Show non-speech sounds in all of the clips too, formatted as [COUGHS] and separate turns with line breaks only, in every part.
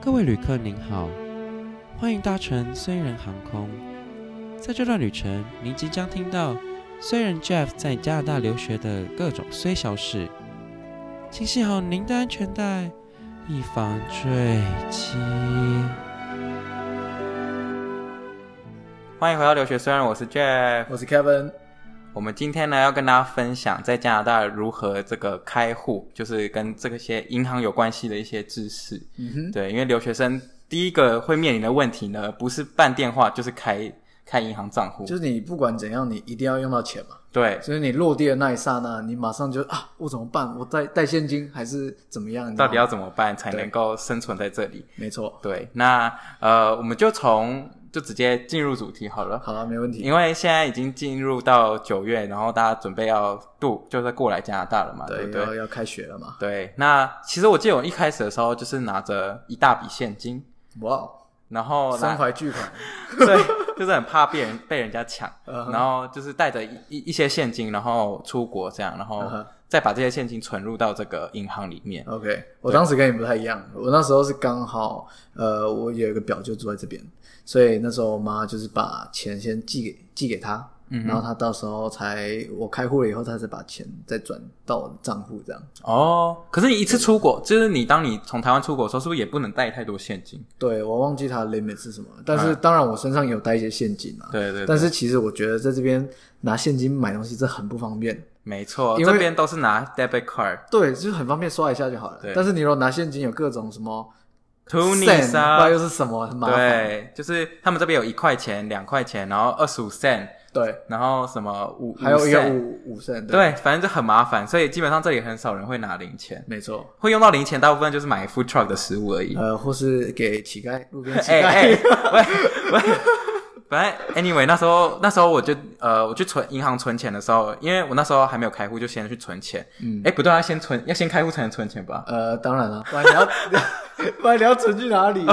各位旅客您好，欢迎搭乘虽然航空。在这段旅程，您即将听到虽然 Jeff 在加拿大留学的各种虽小事。请系好您的安全带，以防坠机。
欢迎回到留学，虽然我是 Jeff，
我是 Kevin，
我们今天呢要跟大家分享在加拿大如何这个开户，就是跟这个些银行有关系的一些知识。
嗯哼，
对，因为留学生第一个会面临的问题呢，不是办电话就是开开银行账户。
就是你不管怎样，你一定要用到钱嘛。
对
所以你落地的那一刹那，你马上就啊，我怎么办？我带带现金还是怎么样？你知道
到
吗
底要怎么办才
对
能够生存在这里？
没错，
对，那呃，我们就从就直接进入主题好了。
好了，没问题。
因为现在已经进入到九月，然后大家准备要度，就是过来加拿大了嘛，对
对，
不对？
要要开学了嘛？
对，那其实我记得我一开始的时候就是拿着一大笔现金，
哇，
然后
三
拿，
怀巨
[LAUGHS]
款，
对，就是很怕被人被人家抢，
嗯哼
然后就是带着一一一些现金，然后出国这样，然后
嗯哼
再把这些现金存入到这个银行里面。
OK，我当时跟你不太一样，我那时候是刚好，呃，我有一个表舅住在这边，所以那时候我妈就是把钱先寄给寄给他，
嗯
然后他到时候才我开户了以后，他才把钱再转到我的账户这样。
哦，可是你一次出国，就是你当你从台湾出国的时候，是不是也不能带太多现金？
对我忘记他的 limit 是什么，但是当然我身上有带一些现金啊。
啊对对对，
但是其实我觉得在这边拿现金买东西这很不方便，
没错，
因为
这边都是拿 debit card。
对，就是很方便刷一下就好了
对。
但是你如果拿现金有各种什么
Tunis
不知道
啊
又，是什么，很麻烦。
对，就是他们这边有一块钱、两块钱，然后二十五 cent，
对，
然后什么五，
还有一个
cent
五五胜，
对，反正就很麻烦，所以基本上这里很少人会拿零钱，
没错，
会用到零钱，大部分就是买 food truck 的食物而已。
呃，或是给乞丐路边乞
哎
丐，
哎，喂喂，反正 anyway，那时候那时候我就呃，我去存银行存钱的时候，因为我那时候还没有开户，就先去存钱。嗯，哎，不对啊，要先存，要先开户才能存钱吧？
[LAUGHS] 呃，当然了，不然你要 [LAUGHS] 不然你要存去哪
[LAUGHS] 哦
里
[LAUGHS]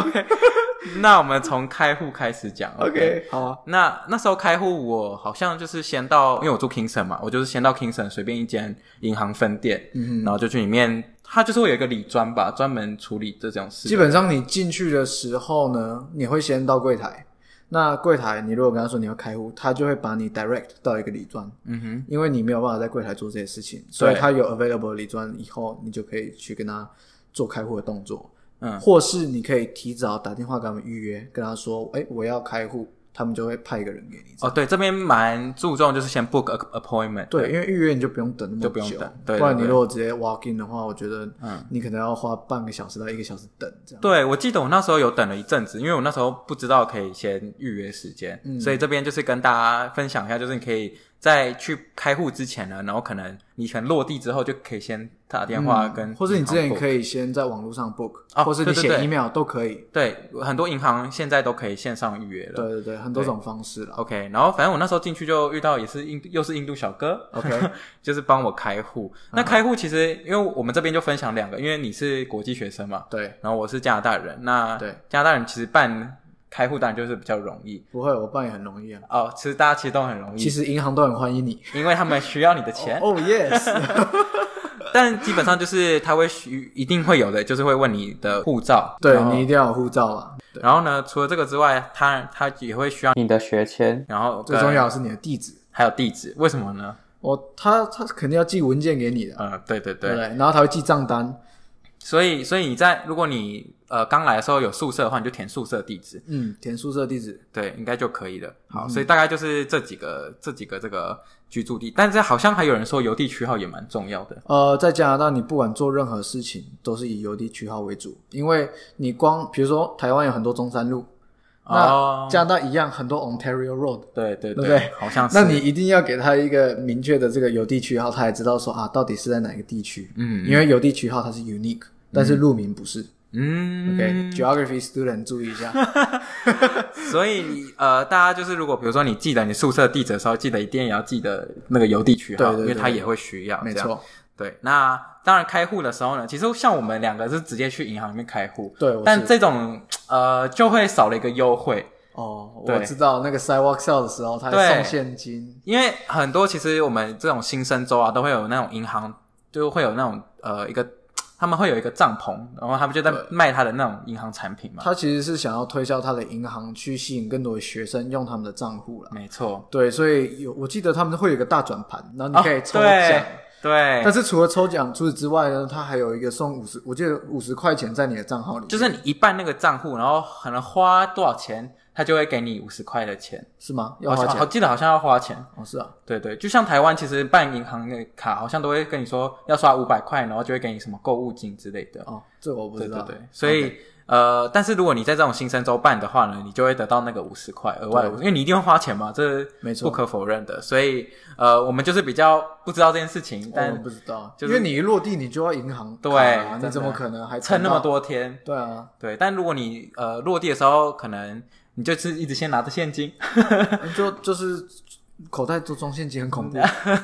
那我们从开户开始讲。
？OK，好啊，
那那时候开户，我好像就是先到，因为我住 Kingston 嘛，我就是先到 Kingston 随便一间银行分店，嗯、然后就去里面，它就是会有一个理专吧，专门处理这种事。
基本上你进去的时候呢，你会先到柜台。那柜台，你如果跟他说你要开户，他就会把你 direct 到一个理专，
嗯哼，
因为你没有办法在柜台做这些事情，所以他有 available 理专以后，你就可以去跟他做开户的动作，
嗯
或是你可以提早打电话给他们预约，跟他说，哎、我要开户，他们就会派一个人给你。
哦，对，这边蛮注重就是先 book a- appointment。
对，因为预约你就不用等那么
就
久，
不用等对对
不然你
对
如果直接 walk in 的话，我觉得
嗯
你可能要花半个小时到一个小时等这样。
对，我记得我那时候有等了一阵子，因为我那时候不知道可以先预约时间，
嗯
所以这边就是跟大家分享一下，就是你可以在去开户之前呢，然后可能你可能落地之后就可以先打电话跟、
嗯或是你之前
以。
可以先在网络上 book，、
啊
或是你
对对
写
对
email 都可以。
对，很多银行现在都可以线上预约了。
对对对，很多种方式啦。
OK，然后反正我那时候进去就遇到也是印又是印度小哥
OK
[LAUGHS]
嗯
就是帮我开户。那开户其实因为我们这边就分享两个，因为你是国际学生嘛，
对，
然后我是加拿大人，那
对
加拿大人其实办开户当然就是比较容易
不会，我办也很容易啊。
哦，其实大家其实都很容易，
其实银行都很欢迎你。
因为他们需要你的钱，
哦、yes， [LAUGHS] 哦
但基本上就是他会需一定会有的，就是会问你的护照，
对
然后
你一定要有护照啊。对，
然后呢，除了这个之外，他他也会需要你的学签，然后
最
跟
重要的是你的地址。
还有地址，为什么呢？
我他他肯定要寄文件给你的，
呃，对对对，
对不对？然后他会寄账单。
所以所以你在如果你呃刚来的时候有宿舍的话，你就填宿舍地址，
嗯，填宿舍地址。
对，应该就可以了。好，
嗯
所以大概就是这几个这几个这个居住地，但是好像还有人说邮递区号也蛮重要的。
呃，在加拿大，你不管做任何事情，都是以邮递区号为主，因为你光比如说台湾有很多中山路，
哦
那加拿大一样很多 Ontario Road，
对对
对不对
好啊像是。
那你一定要给他一个明确的这个邮递区号，他也知道说啊，到底是在哪个地区。
嗯
因为邮递区号它是 unique，但是路名不是。
嗯
OK，geography、student 注意一
[LAUGHS]
下。
所以你呃，大家就是如果比如说你记得你宿舍地址的时候，记得一定也要记得那个邮递区号，
对对对
因为它也会需要。
没
这样，
错，
对。那当然开户的时候呢，其实像我们两个是直接去银行里面开户，
对，我
但
是
这种呃就会少了一个优惠，
哦，
对
我知道那个 sidewalk sale 的时候，他
对嗯
送现金。
因为很多其实我们这种新生周啊，都会有那种银行就会有那种呃一个他们会有一个帐篷，然后他们就在卖他的那种银行产品嘛。
他其实是想要推销他的银行，去吸引更多的学生用他们的账户了。
没错，
对，所以有我记得他们会有一个大转盘，然后你可以抽
哦
奖。
对，
但
对，
是除了抽奖除此之外呢，他还有一个送五十，我记得五十块钱在你的账号里面，
就是你一办那个账户，然后可能花多少钱，他就会给你五十块的钱，
是吗？要花
好像好
钱
记得好像要花钱。
哦，是啊，
对对，就像台湾其实办银行的卡，好像都会跟你说要刷五百块，然后就会给你什么购物金之类的。
哦，这我不
对
知
对
道。
对，所以
OK
呃，但是如果你在这种新生周办的话呢，你就会得到那个五十块额外五，因为你一定会花钱嘛，这是
没错
不可否认的。所以呃，我们就是比较不知道这件事情，
我
但
哦不知道，
就是
因为你一落地你就要银行卡
对
啊，
真的
你怎么可能还
趁那
到
么？多天，
对啊，
对。但如果你呃落地的时候，可能你就是一直先拿着现
[LAUGHS]
金，
就就是口袋做装现金很恐怖，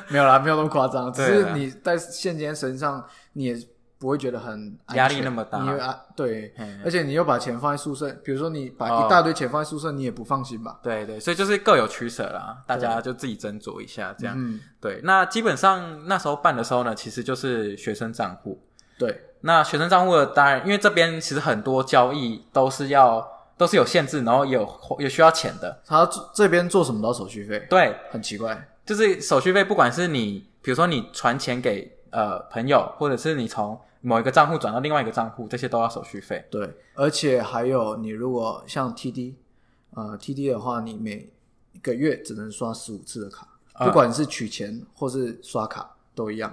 没有啦，没有那么
[LAUGHS]
夸张，只
嗯对啊
是你在现金身上你也不会觉得很安全
压力那么大
你会啊对
嗯，
而且你又把钱放在宿舍，比如说你把
哦
一大堆钱放在宿舍，你也不放心吧？
对对，所以就是各有取舍啦，大家就自己斟酌一下这样。
嗯，
对，那基本上那时候办的时候呢，其实就是学生账户。
对，
那学生账户的当然，因为这边其实很多交易都是要都是有限制，然后也有也需要钱的。
他这边做什么都要手续费，
对，
很奇怪。
就是手续费，不管是你比如说你传钱给呃朋友，或者是你从某一个账户转到另外一个账户，这些都要手续费。
对，而且还有你如果像 TD，呃，TD 的话，你每一个月只能刷十五次的卡，
啊
不管是取钱或是刷卡都一样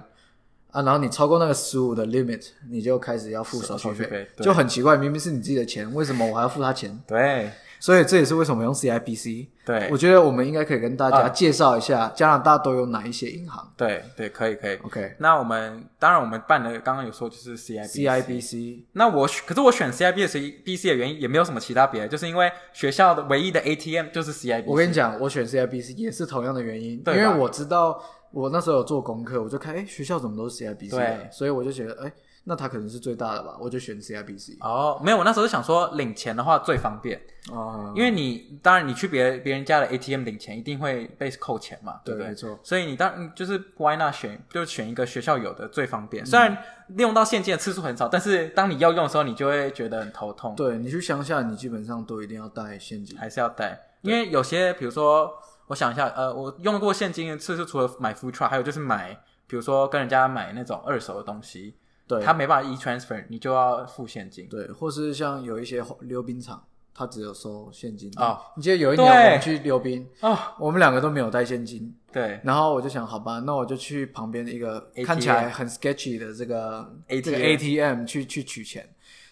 啊。然后你超过那个十五的 limit，你就开始要付
手
手续
续费
费，
对
就很奇怪，明明是你自己的钱，为什么我还要付他钱？
对
所以这也是为什么用 CIBC。
对
我觉得我们应该可以跟大家
啊
介绍一下加拿大都有哪一些银行。
对对，可以可以。
OK，CIBC、
那我们当然我们办的刚刚有说就是 CIB。
CIBC
那我选可是我选 CIBC BC 的原因也没有什么其他别的，就是因为学校的唯一的 ATM 就是 CIBC。
我跟你讲，我选 CIBC 也是同样的原因，
对
因为
吧
我知道我那时候有做功课，我就看，哎、学校怎么都是 CIBC
对
的，所以我就觉得，哎、那它可能是最大的吧，我就选 CIBC。
哦，没有，我那时候是想说领钱的话最方便，
啊、
因为你当然你去别别人家的 ATM 领钱一定会被扣钱嘛，对
对
不对？
没错
所以你当嗯就是 why not 选就选一个学校有的最方便，虽然利用到现金的次数很少，但是当你要用的时候，你就会觉得很头痛，，
对你去乡下，你基本上都一定要带现金。
还是要带，因为有些比如说我想一下，呃，我用过现金的次数除了买 food truck，还有就是买。比如说跟人家买那种二手的东西，
对，
他没办法 e transfer，你就要付现金。
对，或是像有一些溜冰场，他只有收现金。
哦
你记得有一年
对
我们去溜冰，
哦，
我们两个都没有带现金，
对
然后我就想，好吧，那我就去旁边的一个
ATM
看起来很 sketchy 的这个
ATM
这个 ATM 去去取钱。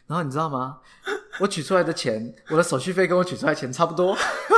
然后你知道吗？我取出来的钱，我的手续费跟我取出来的钱差不多。 [LAUGHS]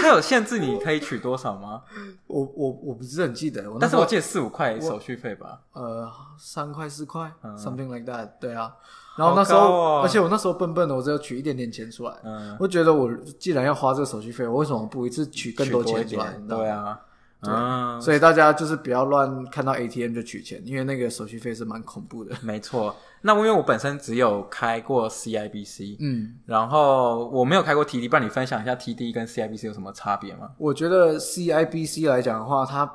它有限制你可以取多少
[LAUGHS]
吗？
我我我不是很记得，我那
但
时
是
候
我记得四五块手续费吧。
呃三块四块、
嗯
something like that，对啊。然后那时候，
好高哦
而且我那时候笨笨的，我只有取一点点钱出来。
嗯，
我觉得我既然要花这个手续费，我为什么不一次取更多
取一
钱出来？
点，
你知道吗
对，啊，嗯，
所以大家就是不要乱看到 ATM 就取钱，因为那个手续费是蛮恐怖的。
没错。那因为我本身只有开过 CIBC，、
嗯，
然后我没有开过 TD，不然你分享一下 TD 跟 CIBC 有什么差别吗？
我觉得 CIBC 来讲的话，它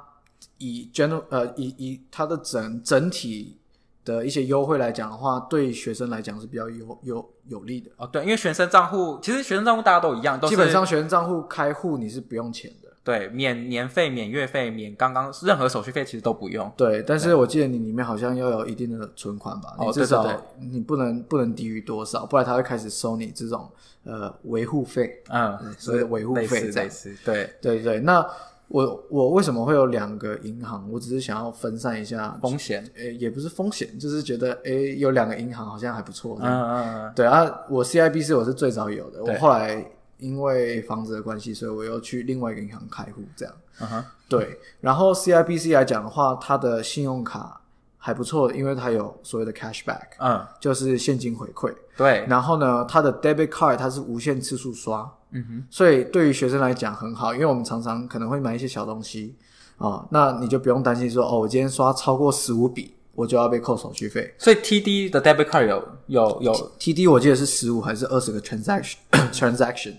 以 general 呃以以它的整整体的一些优惠来讲的话，对学生来讲是比较有有有利的。
哦，对，因为学生账户其实学生账户大家都一样，都是
基本上学生账户开户你是不用钱的，
对免年费、免月费、免刚刚任何手续费其实都不用。
对。但是我记得你里面好像要有一定的存款吧？
哦
你至少
对对
你不能不能低于多少，不然他会开始收你这种呃维护费。
嗯，
所以维护
类似
费这
类
样
似，对
对对对，那我我为什么会有两个银行？我只是想要分散一下
风险。
呃，也不是风险，就是觉得诶、有两个银行好像还不错。
嗯
嗯，
嗯嗯，
对啊，我 CIBC 我是最早有的，我
对
后来因为房子的关系，所以我又去另外一个银行开户，这样。
嗯哼，
对，然后 CIBC 来讲的话，它的信用卡还不错，因为它有所谓的 cashback，
嗯，
就是现金回馈。
对，
然后呢，它的 debit card 它是无限次数刷，
嗯哼，
所以对于学生来讲很好，因为我们常常可能会买一些小东西啊、那你就不用担心说哦，我今天刷超过十五笔，我就要被扣手续费。
所以 TD 的 debit card 有有 [LAUGHS] 有
TD 我记得是十五还是二十个 [COUGHS] transaction transaction？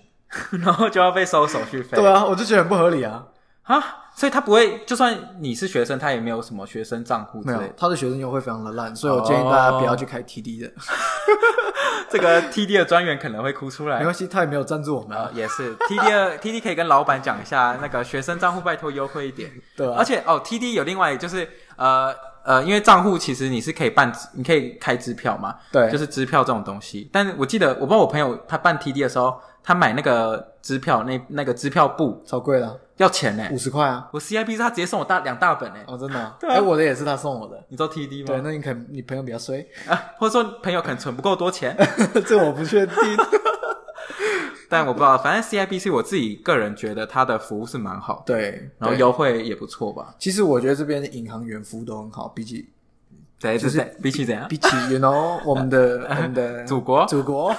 然后就要被收手续费。
对啊，我就觉得很不合理啊。
啊，所以他不会，就算你是学生，他也没有什么学生账户之
没
类
有
的，。
他的学生优惠非常的烂，所以我建议大家不要去开 TD 的，
这个 TD 的专员可能会哭出来
没。关系，他也没有赞助我们
呃
哎啊，，
也是 TD 的 TD 可以跟老板讲一下，那个学生账户拜托优惠一点。
对啊吧？
而且哦，TD 有另外就是呃呃，因为账户其实你是可以办，你可以开支票嘛，
对
就是支票这种东西。但是我记得，我不知道我朋友他办 TD 的时候，他买那个支票，那那个支票簿
超贵了，
要钱呢、
五十块啊，
我 CIP 是他直接送我大两大本呢、
哦，真的啊，嗯哎，我的也是他送我的。
你知道 TD
对，
吗？
那你可能你朋友比较衰， [LAUGHS]
啊，或者说朋友可能存不够多钱，
这我不确定。嗯
但我不知道。反正 CIP 是我自己个人觉得它的服务是蛮好的，
[LAUGHS] 对，
然后
对，
优惠也不错吧。
其实我觉得这边的银行员服务都很好，比起
对，
就是
就是比起怎样， [LAUGHS]
比起 you know 我们的我们的
呃祖国 [LAUGHS]
祖国，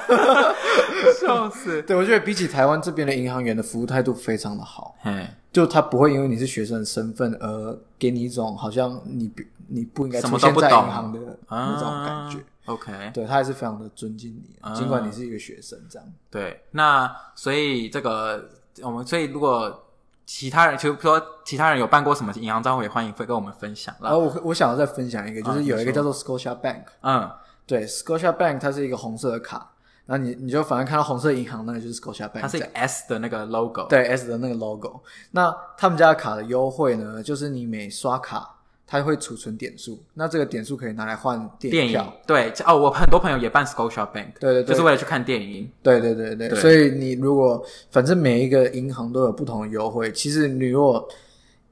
笑死。
对我觉得比起台湾这边的银行员的服务态度非常的好，
嗯，
就他不会因为你是学生的身份而给你一种好像你不你不应该
什
出
么都
现
不
在
懂
银行的
啊，
那种感觉。。
OK，
对他还是非常的尊敬你
啊，
尽管你是一个学生这样。
对，那所以这个我们所以如果其他人，就比如说其他人有办过什么银行账户，也欢迎跟我们分享
然
啦。
后我我想要再分享一个，就
啊
是
你
有一
说
个叫做 Scotia Bank，
嗯，
对，Scotia Bank 它是一个红色的卡，然后你你就反正看到红色银行那个就是 Scotia Bank，
它是一
这
个
样
S 的那个 logo。，
对 S 的那个 logo。那他们家的卡的优惠呢，就是你每刷卡，它会储存点数，那这个点数可以拿来换
电
电票。
影。对，哦，我很多朋友也办 Scotia Bank，
对对对
就是为了去看电影。
对对对对，
对
所以你如果反正每一个银行都有不同的优惠，其实你如果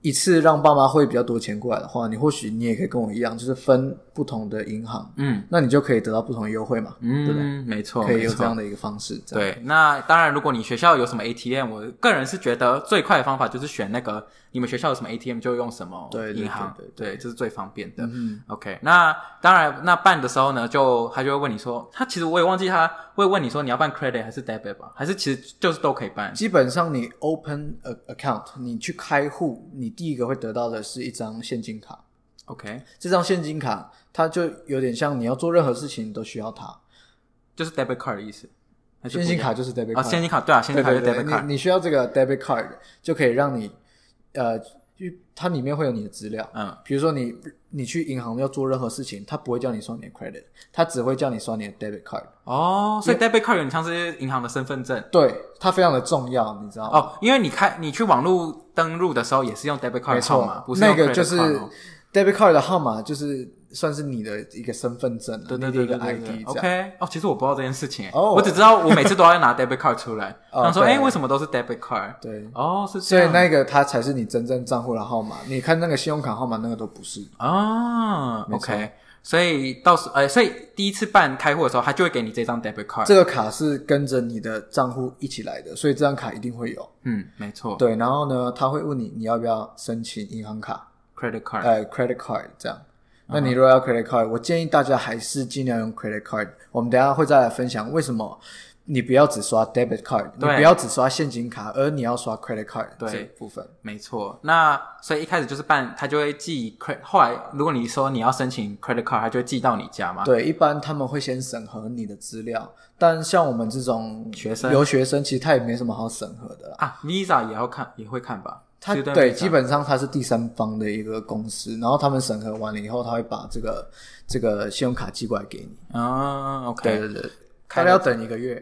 一次让爸妈汇比较多钱过来的话，你或许你也可以跟我一样，就是分不同的银行，
嗯
那你就可以得到不同的优惠嘛，对不对？
嗯，没错，
可以
没
有
错
这样的一个方式。这样，
对，那当然，如果你学校有什么 ATM，我个人是觉得最快的方法就是选那个你们学校有什么 ATM 就用什么
对对
银行，
对对对
这是最方便的。
嗯
OK，那当然，那办的时候呢，就他就会问你说，他其实我也忘记他会问你说你要办 credit 还是 debit 吧，还是其实就是都可以办。
基本上你 open a account，你去开户，你第一个会得到的是一张现金卡。
OK，
这张现金卡它就有点像你要做任何事情都需要它。
就是 debit card 的意思。还是
现金卡
不
就是
一
debit card，、
样啊，现金卡对啊，现金卡就
对
是
对
debit
对，
card。
你你需要这个 debit card 就可以让你呃，就它里面会有你的资料。
嗯，
比如说你你去银行要做任何事情，它不会叫你刷你的 credit，它只会叫你刷你的 debit card。
哦，所以 debit card 有点像是银行的身份证
对，它非常的重要，你知道吗？
哦，因为你开你去网络登录的时候也是用 debit card
没
的
错
号码，不是
那
用
个
credit
就
card
是
哦
debit card 的号码，就是算是你的一个身份证了，
对对
你
对
的一个
对
ID 这样。
OK，哦，其实我不知道这件事情，
哦
我只知道我每次都要拿 debit card 出来，
[LAUGHS]
然
哦
后说，
对
哎，为什么都是 debit card？
对，
哦，是这
所以
样。
那个它才是你真正账户的号码。你看那个信用卡号码，那个都不是。
啊
没错
，OK，所以到时呃，所以第一次办开户的时候，他就会给你这张 debit card。
这个卡是跟着你的账户一起来的，所以这张卡一定会有。
嗯，没错，
对，然后呢，他会问你你要不要申请银行卡，
，credit card。
呃，credit card 这样。那你如果要
啊
credit card，我建议大家还是尽量用 credit card。我们等一下会再来分享为什么你不要只刷 debit card，你
对
不要只刷现金卡，而你要刷 credit card
对
这部分。
没错，那所以一开始就是办，他就会寄 credit。后来如果你说你要申请 credit card，他就会寄到你家嘛。，
对，一般他们会先审核你的资料，但像我们这种
学生
留学生，其实他也没什么好审核的啦。
啊，Visa 也要看，也会看吧。
他
Student
对，
Visa
基本上他是第三方的一个公司，然后他们审核完了以后，他会把这个这个信用卡寄过来给你。
啊，OK。
对对对，大概要等一个月，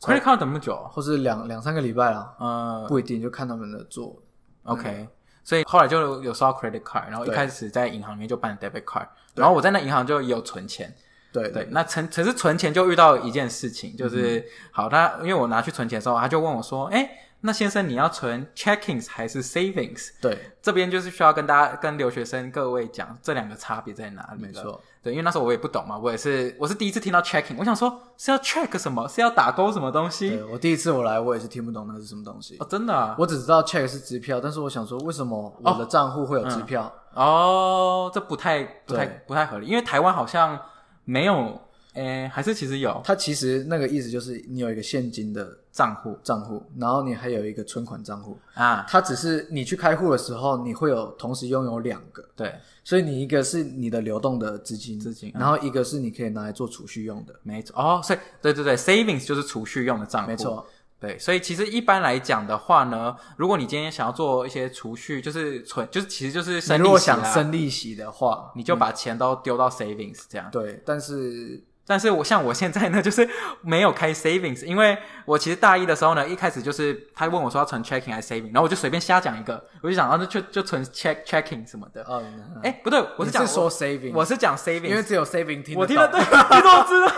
c r e d i t card 等那么久？
或是两两三个礼拜啦，
呃
不一定，就看他们的做。
，OK。所以后来就有刷 credit card，然后一
嗯对
开始在银行里面就办 debit card，然后我在那银行就也有存钱，
对嗯
对，那存可是存钱就遇到一件事情，就是、好，他因为我拿去存钱的时候，他就问我说：“哎，那先生你要存 checkings 还是 savings？”
对，
这边就是需要跟大家、跟留学生各位讲这两个差别在哪里。
没，错，
对，因为那时候我也不懂嘛，我也是我是第一次听到 checking，我想说是要 check 什么，是要打勾什么东西
对？我第一次我来，我也是听不懂那是什么东西
哦，。真的啊，
我只知道 check 是支票，但是我想说，为什么我的账户会有支
嗯
票？
哦，这不太不太
对
不太合理，因为台湾好像没有，诶，还是其实有
它其实那个意思就是你有一个现金的
账户
账户，然后你还有一个存款账户。
啊，
它只是你去开户的时候，你会有同时拥有两个，
对，
所以你一个是你的流动的资金，
资金嗯
然后一个是你可以拿来做储蓄用的，
哦没错，哦，所以对对对，savings 就是储蓄用的账户，
没错。
对，所以其实一般来讲的话呢，如果你今天想要做一些储蓄，就是存，就是其实就是
你
生利息啦
如果想生嗯利息的话，
你就把钱都丢到 savings 这样。
对，但是
但是我像我现在呢，就是没有开 savings，因为我其实大一的时候呢，一开始就是他问我说要存 checking 还是 saving，然后我就随便瞎讲一个，我就想啊，那就就存 check checking 什么的。
嗯，
哎、不对，我
你
是讲
是说 saving，
我我是讲 saving，
因为只有 saving 听
我听
到
得对，你怎么知
[LAUGHS]
道？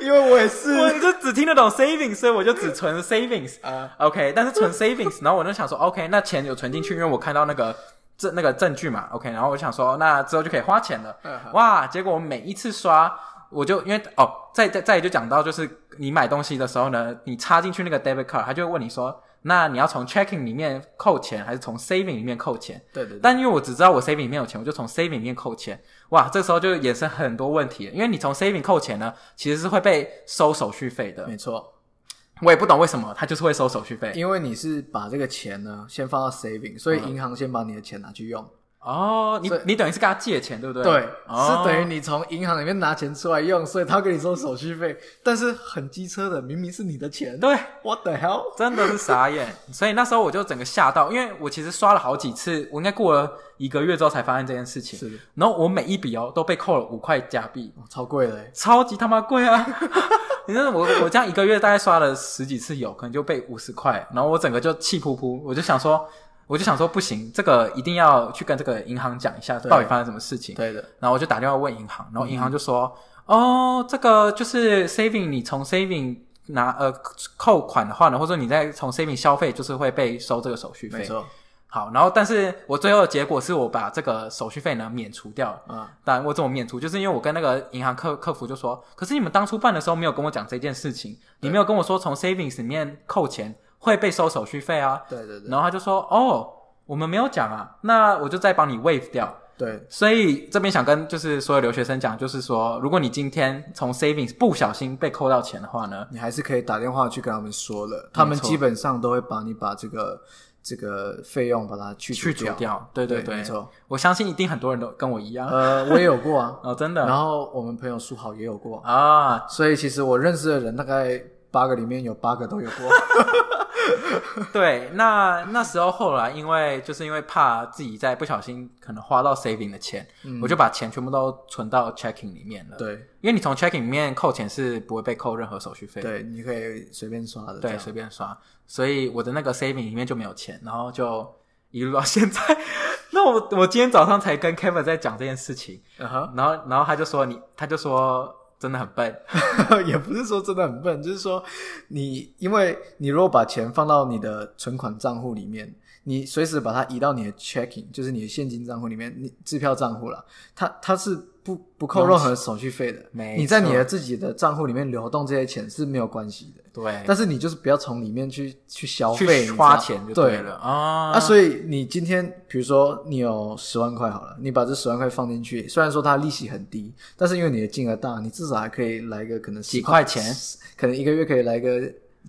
因为我也是
我就只听得懂 savings，所以我就只存 savings。
啊
OK，但是存 savings，然后我就想说，OK，那钱有存进去，因为我看到那个证那个证据嘛，OK，然后我就想说，那之后就可以花钱了
嗯好。
哇，结果我每一次刷，我就因为哦，再再再就讲到就是你买东西的时候呢，你插进去那个 debit card，他就会问你说，那你要从 checking 里面扣钱，还是从 saving 里面扣钱？
对对对，
但因为我只知道我 saving 里面有钱，我就从 saving 里面扣钱。哇，这时候就衍生很多问题了，因为你从 saving 扣钱呢，其实是会被收手续费的
没。错，
我也不懂为什么他就是会收手续费。
因为你是把这个钱呢先放到 saving，所以银行先把你的钱拿去用，
哦，你
所以
你等于是跟他借钱，对不对？
对，
哦
是等于你从银行里面拿钱出来用，所以他给你收手续费，但是很机车的，明明是你的钱，
对，
，what the hell？
真的是傻
[LAUGHS]
眼。所以那时候我就整个吓到，因为我其实刷了好几次，我应该过了一个月之后才发现这件事情。
是的
然后我每一笔哦都被扣了五块加币，
哦超贵嘞，
超级他妈贵
[LAUGHS]
啊！你知道我我这样一个月大概刷了十几次有，可能就被五十块，然后我整个就气噗噗，我就想说，我就想说不行，这个一定要去跟这个银行讲一下，
对
到底发生什么事情。
对的，
然后我就打电话问银行，然后
嗯
银行就说：“哦，这个就是 saving，你从 saving 拿呃扣款的话呢，或者你再从 saving 消费，就是会被收这个手续
没
费。
错，”
好，然后但是我最后的结果是我把这个手续费呢免除掉了。
啊，
但我怎么免除？就是因为我跟那个银行客客服就说，可是你们当初办的时候没有跟我讲这件事情，你没有跟我说从 savings 里面扣钱会被收手续费啊。
对对对，
然后他就说，哦，我们没有讲啊，那我就再帮你 waive 掉。
对
所以这边想跟就是所有留学生讲，就是说，如果你今天从 savings 不小心被扣到钱的话呢，
你还是可以打电话去跟他们说了，他们
没错
基本上都会把你把这个这个费用把它去
去除
掉，
掉。对
对
对对，
没错。
我相信一定很多人都跟我一样。，
呃，我也有过啊
哦， [LAUGHS] 真
然
的
后我们朋友书豪也有过，
啊，
所以其实我认识的人大概八个里面有八个都有
[LAUGHS]
过。
对，那那时候后来因为就是因为怕自己在不小心可能花到 saving 的钱，我就把钱全部都存到 checking 里面了。，
嗯对
因为你从 checking 里面扣钱是不会被扣任何手续费的，
对，你可以随便刷的。这
对，
样
随便刷，所以我的那个 saving 里面就没有钱，然后就一路到现在。 [LAUGHS] 那我我今天早上才跟 Kevin 在讲这件事情，
嗯哼，
然后然后他就说你，他就说真的很笨，
[LAUGHS] 也不是说真的很笨，就是说你，因为你如果把钱放到你的存款账户里面，你随时把它移到你的 checking，就是你的现金账户里面，你支票账户啦，它它是不不扣任何手续费的。
没错
你在你的自己的账户里面流动这些钱是没有关系的，
对，
但是你就是不要从里面去去消费、
哎去花钱就
对
了啊。
啊，所以你今天比如说你有十万块好了，你把这十万块放进去，虽然说它利息很低，但是因为你的金额大，你至少还可以来个可能10
几块钱，
可能一个月可以来个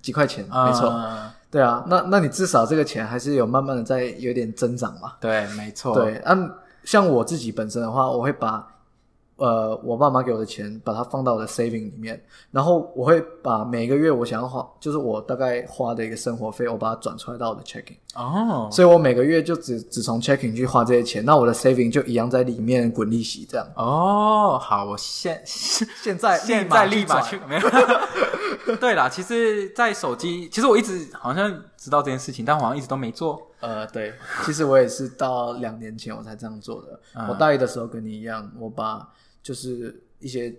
几块钱，
嗯
没错，对啊，那那你至少这个钱还是有慢慢的在有点增长嘛，
对，没错，
对，啊，像我自己本身的话，我会把呃我爸妈给我的钱，把它放到我的 saving 里面，然后我会把每个月我想要花，就是我大概花的一个生活费，我把它转出来到我的 checking。
哦，
所以我每个月就只只从 checking 去花这些钱，那我的 saving 就一样在里面滚利息这样。
哦，好，我现现
在
现
立
[LAUGHS]
马
在
去
立马
转
去，没有。 [LAUGHS] 对啦，其实，在手机，其实我一直好像知道这件事情，但好像一直都没做。
呃，对，其实我也是到两年前我才这样做的。
[LAUGHS] 嗯
我大一的时候跟你一样，我把就是一些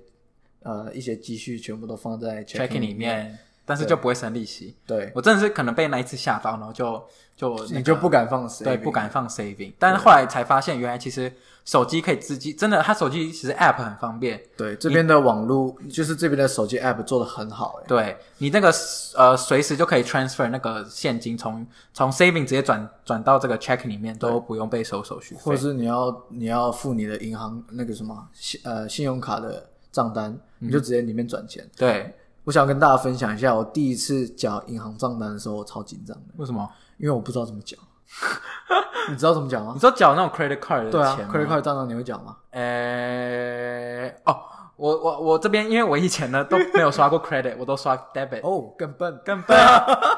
呃一些积蓄全部都放在
checking
checking
里
面，
面，但是就不会生利息。
对，
我真的是可能被那一次吓到，然后就就、那个
你就不敢放 saving，
对不敢放 saving，但是后来才发现，原来其实手机可以自己真的，它手机其实 app 很方便。
对这边的网络就是这边的手机 app 做的很好、欸，
对你那个呃，随时就可以 transfer 那个现金从从 saving 直接转转到这个 check 里面，都不用被收手续
或
费
者。是你要你要付你的银行那个什么信呃信用卡的账单，你
嗯
就直接里面转钱。
对，
我想跟大家分享一下，我第一次缴银行账单的时候，我超紧张的，
为什么？
因为我不知道怎么
[LAUGHS]
缴。你知道怎么缴吗
你？说缴那种 credit card 的
对啊
钱吗
，credit card 账单你会缴吗？
呃，哦，我我我这边，因为我以前呢都没有刷过 credit，我都刷 debit，、
哦，啊更笨。
更笨。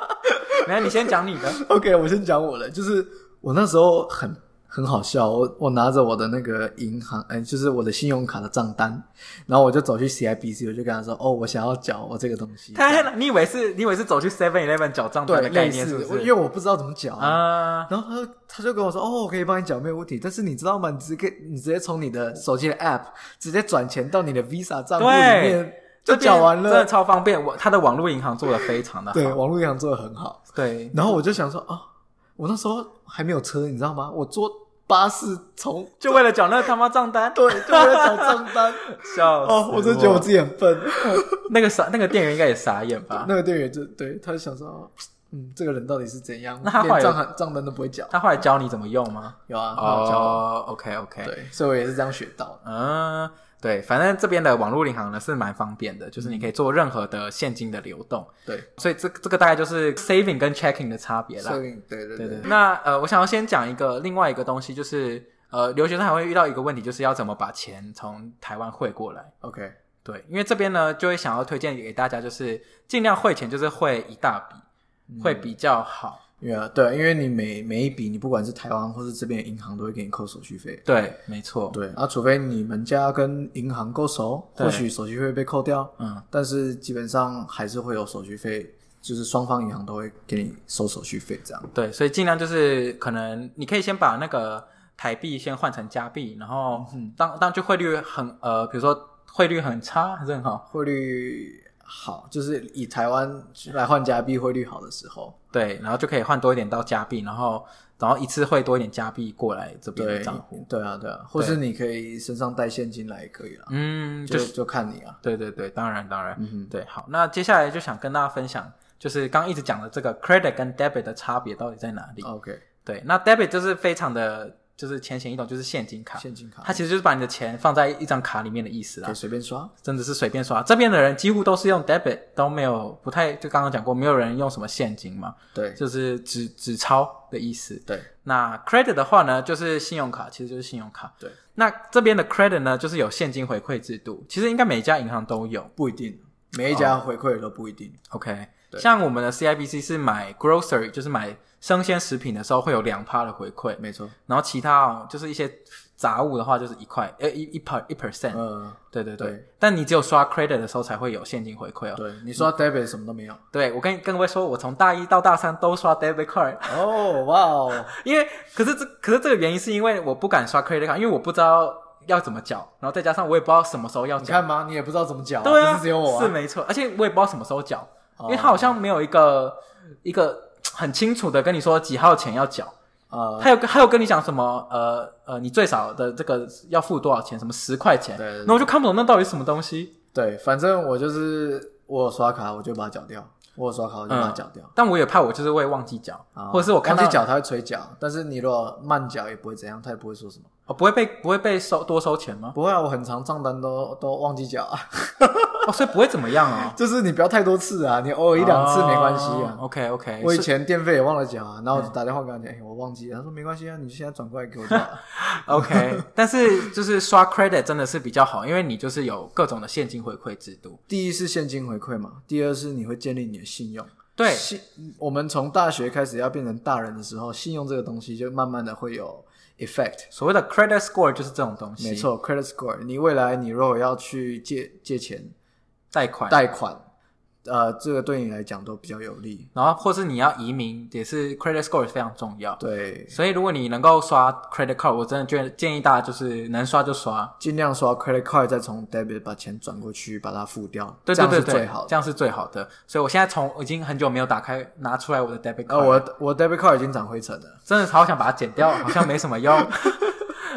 [LAUGHS] 没有，你先讲你的。
[LAUGHS] OK，我先讲我的，就是我那时候很很好笑，我我拿着我的那个银行，哎、就是我的信用卡的账单，然后我就走去 CIBC，我就跟他说，哦，我想要缴我这个东西，
太了，你以为是，你以为是走去 Seven Eleven 缴账单
对，
的概
类
念是
似
不
我因
是
为？我不知道怎么缴啊
啊，
然后他就他就跟我说：“哦，我可以帮你缴，没有问题。但是你知道吗？你直接你直接从你的手机的 App 直接转钱到你的 Visa 账户里面，就
这边
缴完
真的
了。
超方便。我他的网络银行做的非常的好，
对，网络银行做的很好。
对，
然后我就想说啊，我那时候还没有车，你知道吗？我坐巴士从
就为了缴那他妈账 [LAUGHS] 单，
对，就为了缴账单。
[LAUGHS] 笑死
哦，我真的觉得我自己很笨。
那个傻，那个店员应该也傻眼吧？
[LAUGHS] 那个店员就对，他就想说，哦嗯，这个人到底是怎样，
那他后
连
来
账单账单都不会缴。
他后来教你怎么用吗？
有啊，他有教我。
哦，OK OK，
对，所以我也是这样学到的。
嗯，对，反正这边的网络银行呢是蛮方便的，就是你可以做任何的现金的流动，
对，
所以这这个大概就是 saving 跟 checking 的差别啦
所。以对
对
对
对
对，，
那呃，我想要先讲一个另外一个东西，就是呃，留学生还会遇到一个问题，就是要怎么把钱从台湾汇过来。
OK，
对，因为这边呢，就会想要推荐给大家，就是尽量汇钱，就是汇一大笔，会比较好。
对啊，对啊，因为你每每一笔，你不管是台湾或是这边的银行，都会给你扣手续费。
对，没错。
对，啊，除非你们家跟银行够熟，
对
或许手续费被扣掉，
嗯，
但是基本上还是会有手续费，就是双方银行都会给你收手续费这样。
对，所以尽量就是可能你可以先把那个台币先换成加币，然后当当就汇率很呃，比如说汇率很差还是很好，
汇率好，就是以台湾来换加币汇率好的时候，
对，然后就可以换多一点到加币，然后然后一次汇多一点加币过来这边的
对
账户，。
对啊，对啊，或是你可以身上带现金来也可以啦，
嗯，
就
就是
就看你啊。
对对对，当然当然，
嗯哼，
对，好，那接下来就想跟大家分享，就是刚刚一直讲的这个 credit 跟 debit 的差别到底在哪里？
，OK，
对，那 debit 就是非常的就是浅显易懂，就是现金卡，
现金卡
它其实就是把你的钱放在一张卡里面的意思啦
可以。随便刷。
真的是随便刷。这边的人几乎都是用 debit，都没有不太就刚刚讲过，没有人用什么现金嘛，
对
就是纸纸钞的意思。
对
那 credit 的话呢，就是信用卡，其实就是信用卡。
对，
那这边的 credit 呢，就是有现金回馈制度，其实应该每一家银行都有。
不一定，每一家回馈的都不一定。
OK，
对
像我们的 CIBC 是买 grocery，就是买生鲜食品的时候会有两趴的回馈，
没错，
然后其他哦就是一些杂物的话就是一块，呃一一 per 一 percent，、
嗯，
对对对
对。
但你只有刷 credit 的时候才会有现金回馈哦。
对，你刷 debit 什么都没有。
对，我跟跟各位说，我从大一到大三都刷 debit card， [LAUGHS]
哦，哇哦，
因为可是这可是这个原因是因为我不敢刷 credit card，因为我不知道要怎么缴，然后再加上我也不知道什么时候要
[LAUGHS] 你
缴，
看嘛，你也不知道怎么缴、
对
不
啊，
是只有我、啊，
是没错，而且我也不知道什么时候缴，
哦
因为他好像没有一个一个很清楚的跟你说几号钱要缴，
呃，
他有他有跟你讲什么呃呃，你最少的这个要付多少钱，什么十块钱，
对对对
然后我就看不懂那到底是什么东西。
对，反正我就是我有刷卡，我就把它缴掉；我有刷卡，我就把它缴掉。
但我也怕我就是会忘记缴，
啊
或者是我看
忘
到
记缴，他会催缴，但是你如果慢缴也不会怎样，他也不会说什么。
哦不会被不会被收多收钱
[LAUGHS]
吗？
不会啊，我很长账单都都忘记缴啊，，
哦，所以不会怎么样啊哦
就是你不要太多次啊，你偶尔一两次没关系啊。
OK OK，
我以前电费也忘了缴啊，然后我就
嗯
打电话跟他讲，哎、我忘记了，他说没关系啊，你现在转过来给我就好了。 [LAUGHS]
OK，但是就是刷 credit 真的是比较好，因为你就是有各种的现金回馈制度。
第一是现金回馈嘛，第二是你会建立你的信用。
对
信我们从大学开始要变成大人的时候，信用这个东西就慢慢的会有 effect。
所谓的 credit score 就是这种东西，
没，错，credit score，你未来你如果要去借借钱、
贷款，
贷款，呃，这个对你来讲都比较有利。
然后或是你要移民，也是 credit score 非常重要。
对，
所以如果你能够刷 credit card，我真的建建议大家就是能刷就刷，
尽量刷 credit card，再从 debit 把钱转过去，把它付掉，
对
这
对
样
对
是
对，
最好
这
的。
样是最好的。所以我现在从我已经很久没有打开拿出来我的 debit card，、
呃，我我 debit card 已经长灰尘了。
真的好想把它剪掉，好 [LAUGHS] 像没什么用。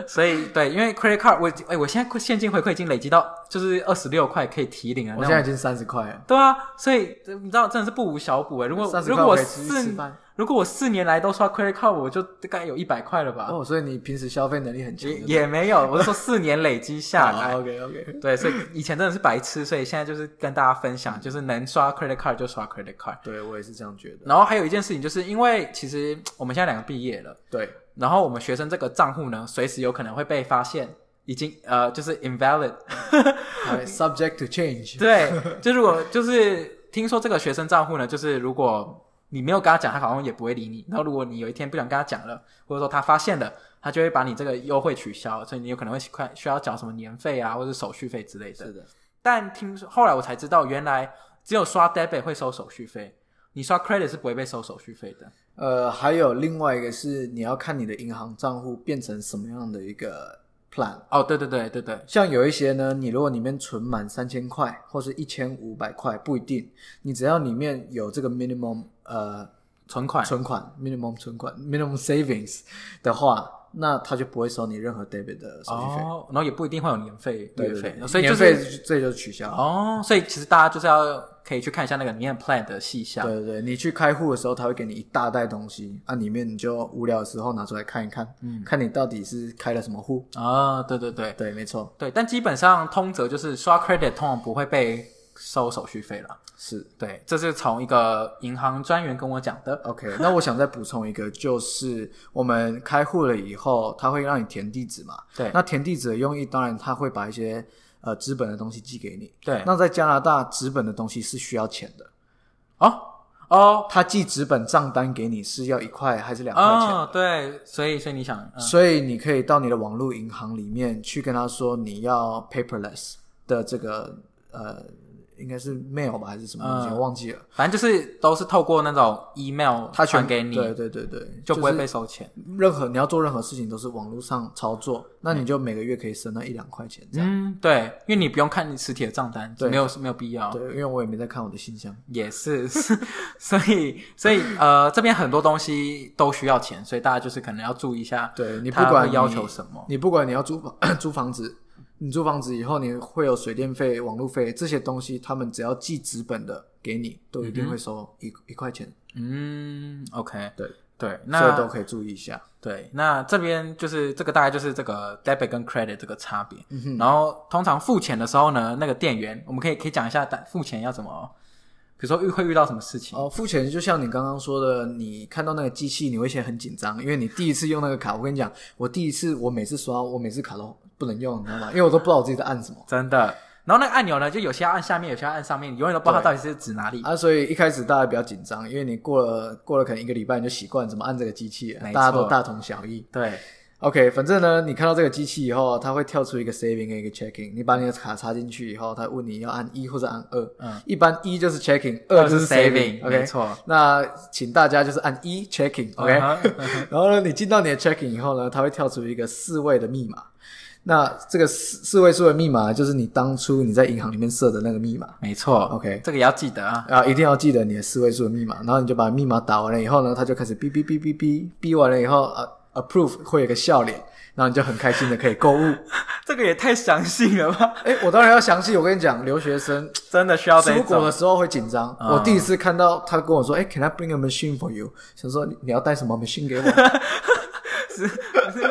所以对，因为 credit card 我哎、我现在现金回馈已经累积到就是二十六块可以提领了，
我
那种
现在已经三十块了，
对啊，所以呃你知道真的是不无小补哎、如果
30
如果我
块我可以出去吃
四
饭
如果我四年来都刷 credit card，我就大概有一百块了吧？
哦，所以你平时消费能力很强
也。也没有，我是说四年累积下
[LAUGHS]
来。
OK OK，
对，所以以前真的是白痴，所以现在就是跟大家分享，就是能刷 credit card 就刷 credit card。
对我也是这样觉得。
然后还有一件事情，就是因为其实我们现在两个毕业了，
对，
然后我们学生这个账户呢，随时有可能会被发现，已经呃就是 invalid，
哎 subject to change。
对，就如果就是听说这个学生账户呢，就是如果你没有跟他讲，他好像也不会理你。然后如果你有一天不想跟他讲了，或者说他发现了，他就会把你这个优惠取消，所以你有可能会快需要缴什么年费啊，或者手续费之类的。
是的，
但听说后来我才知道，原来只有刷 debit 会收手续费，你刷 credit 是不会被收手续费的。
呃，还有另外一个是你要看你的银行账户变成什么样的一个 plan。
哦，对对对对对，
像有一些呢，你如果里面存满三千块或是一千五百块，不一定，你只要里面有这个 minimum 呃
存款
存款 minimum 存款 minimum savings 的话，那他就不会收你任何 debit 的手续费。
哦，然后也不一定会有年费、
对
月
对
费
对，，
所以就
年
是
费这就取消。
哦，所以其实大家就是要可以去看一下那个里面 plan 的细项。
对对对，你去开户的时候，他会给你一大袋东西，啊，里面你就无聊的时候拿出来看一看，嗯，看你到底是开了什么户。
啊、对对对
对，没错，
对，但基本上通则就是刷 credit 通常不会被收手续费了。
是
对，这是从一个银行专员跟我讲的。
OK。那我想再补充一个， [LAUGHS] 就是我们开户了以后，他会让你填地址嘛？
对
那填地址的用意，当然他会把一些呃资本的东西寄给你。
对，
那在加拿大，纸本的东西是需要钱的，
哦哦
他寄纸本账单给你是要一块还是两块钱？
哦，对，所以所以你想，嗯、
所以你可以到你的网络银行里面去跟他说你要 paperless 的这个呃，应该是 mail 吧还是什么东西，
嗯
我忘记了。
反正就是都是透过那种 email
他
传给你，
对对对对，
就不会
是
被收钱。
任何你要做任何事情都是网络上操作，那你就每个月可以省那一两块钱这样。
嗯，对，因为你不用看你实体的账单，
对
没有没有必要。
对，因为我也没在看我的信箱。
也是， [LAUGHS] 是所以所以呃，这边很多东西都需要钱，所以大家就是可能要注意一下，
对你不
他
管
会
你
要求什么。
你不管你要租 [COUGHS] 房租房子，你租房子以后你会有水电费、网路费这些东西，他们只要寄纸本的给你，都一定会收一、一块钱。
嗯，OK，
对，
对，
所以
那
都可以注意一下。
对，那这边就是这个大概就是这个 debit 跟 credit 这个差别。
嗯
然后通常付钱的时候呢，那个店员我们可以可以讲一下，但付钱要怎么，比如说遇会遇到什么事情。
哦，付钱就像你刚刚说的，你看到那个机器，你会先很紧张，因为你第一次用那个卡。我跟你讲，我第一次，我每次刷，我每次卡都不能用，你知道吗？因为我都不知道我自己在按什么
真的。然后那个按钮呢，就有些要按下面，有些要按上面，你永远都不知道它到底是指哪里。
啊，所以一开始大家比较紧张，因为你过了过了可能一个礼拜，你就习惯怎么按这个机器了，
没
大家都
错
大同小异。
对，
OK，反正呢，你看到这个机器以后，它会跳出一个 saving 跟一个 checking。你把你的卡插进去以后，它问你要按一或者按二。
嗯，
一般一就是 checking，二就是 saving。OK，
没。错。
那请大家就是按一 checking。OK，、
嗯哼
然后呢，你进到你的 checking 以后呢，它会跳出一个四位的密码。那这个四四位数的密码就是你当初你在银行里面设的那个密码。
没错
[LAUGHS] OK
这个也要记得啊。
啊，一定要记得你的四位数的密码，然后你就把密码打完了以后呢，它就开始哔哔哔哔哔，哔完了以后啊，approve 会有一个笑脸，然后你就很开心的可以购 [LAUGHS] 物。
这个也太详细了吧？
哎，我当然要详细，我跟你讲，留学生
真的需要这
出
一
国
种 [LAUGHS]
的。时候会紧张。
嗯
我第一次看到他跟我说，哎，Can I bring a machine for you？想说你你要带什么 machine [LAUGHS] 给我？
是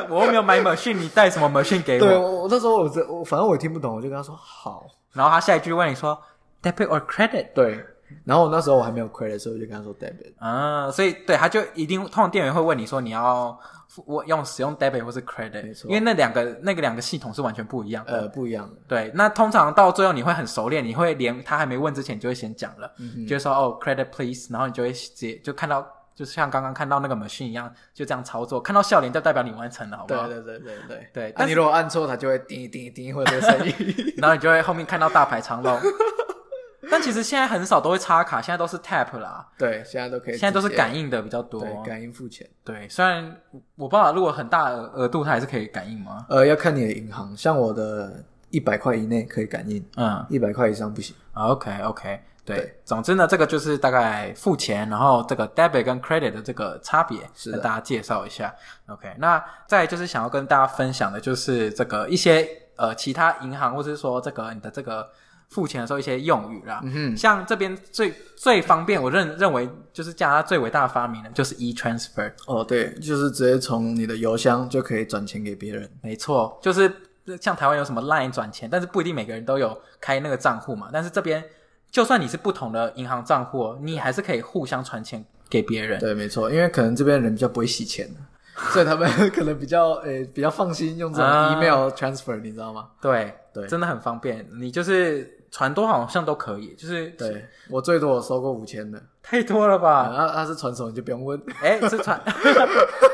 我又没有买 machine，你带什么 machine 给
对
我？
我我那时候我这我反正我也听不懂，我就跟他说好。
然后他下一句问你说 debit or credit？
对，然后我那时候我还没有 credit 的时候，我就跟他说 debit。
啊，所以对，他就一定，通常店员会问你说你要付我用使用 debit 或是 credit，
没错
因为那两个那个两个系统是完全不一样的。
呃，不一样的，
对，那通常到最后你会很熟练，你会连他还没问之前你就会先讲了，
嗯
就会说哦 credit please，然后你就会直接就看到，就像刚刚看到那个 machine 一样，就这样操作，看到笑脸就代表你完成了，好不
对
好？
对对对对
对
啊，
但
你
是
如果按错，它就会叮一叮一叮，会有这个声音。
然后你就会后面看到大排长龙。 [LAUGHS] 但其实现在很少都会插卡，现在都是 tap 啦，
对，现在都可以直接，
现在都是感应的比较多。啊
对感应付钱。
对虽然我不知道如果很大额额度，它还是可以感应吗？
呃，要看你的银行，像我的一百块以内可以感应，
嗯
一百块以上不行。
，OK OK，对，
对
总之呢，这个就是大概付钱，然后这个 debit 跟 credit 的这个差别，
是的
跟大家介绍一下。OK，那再来就是想要跟大家分享的就是这个一些呃其他银行或者是说这个你的这个。付钱的时候一些用语啦，
哼
像这边最最方便，我认认为就是加拿大最伟大的发明呢，就是 e transfer。
哦，对，就是直接从你的邮箱就可以转钱给别人。
没错，就是像台湾有什么 Line 转钱，但是不一定每个人都有开那个账户嘛。但是这边就算你是不同的银行账哦户，你还是可以互相传钱给别人。
对，没错，因为可能这边人比较不会洗钱， [LAUGHS] 所以他们可能比较诶、比较放心用这种
啊
email transfer，、你知道吗？
对
对
真的很方便。你就是传多好像都可以，就是
对我最多我收过五千的，
太多了吧？
啊，他是传手你就不用问，
哎、这传， [LAUGHS]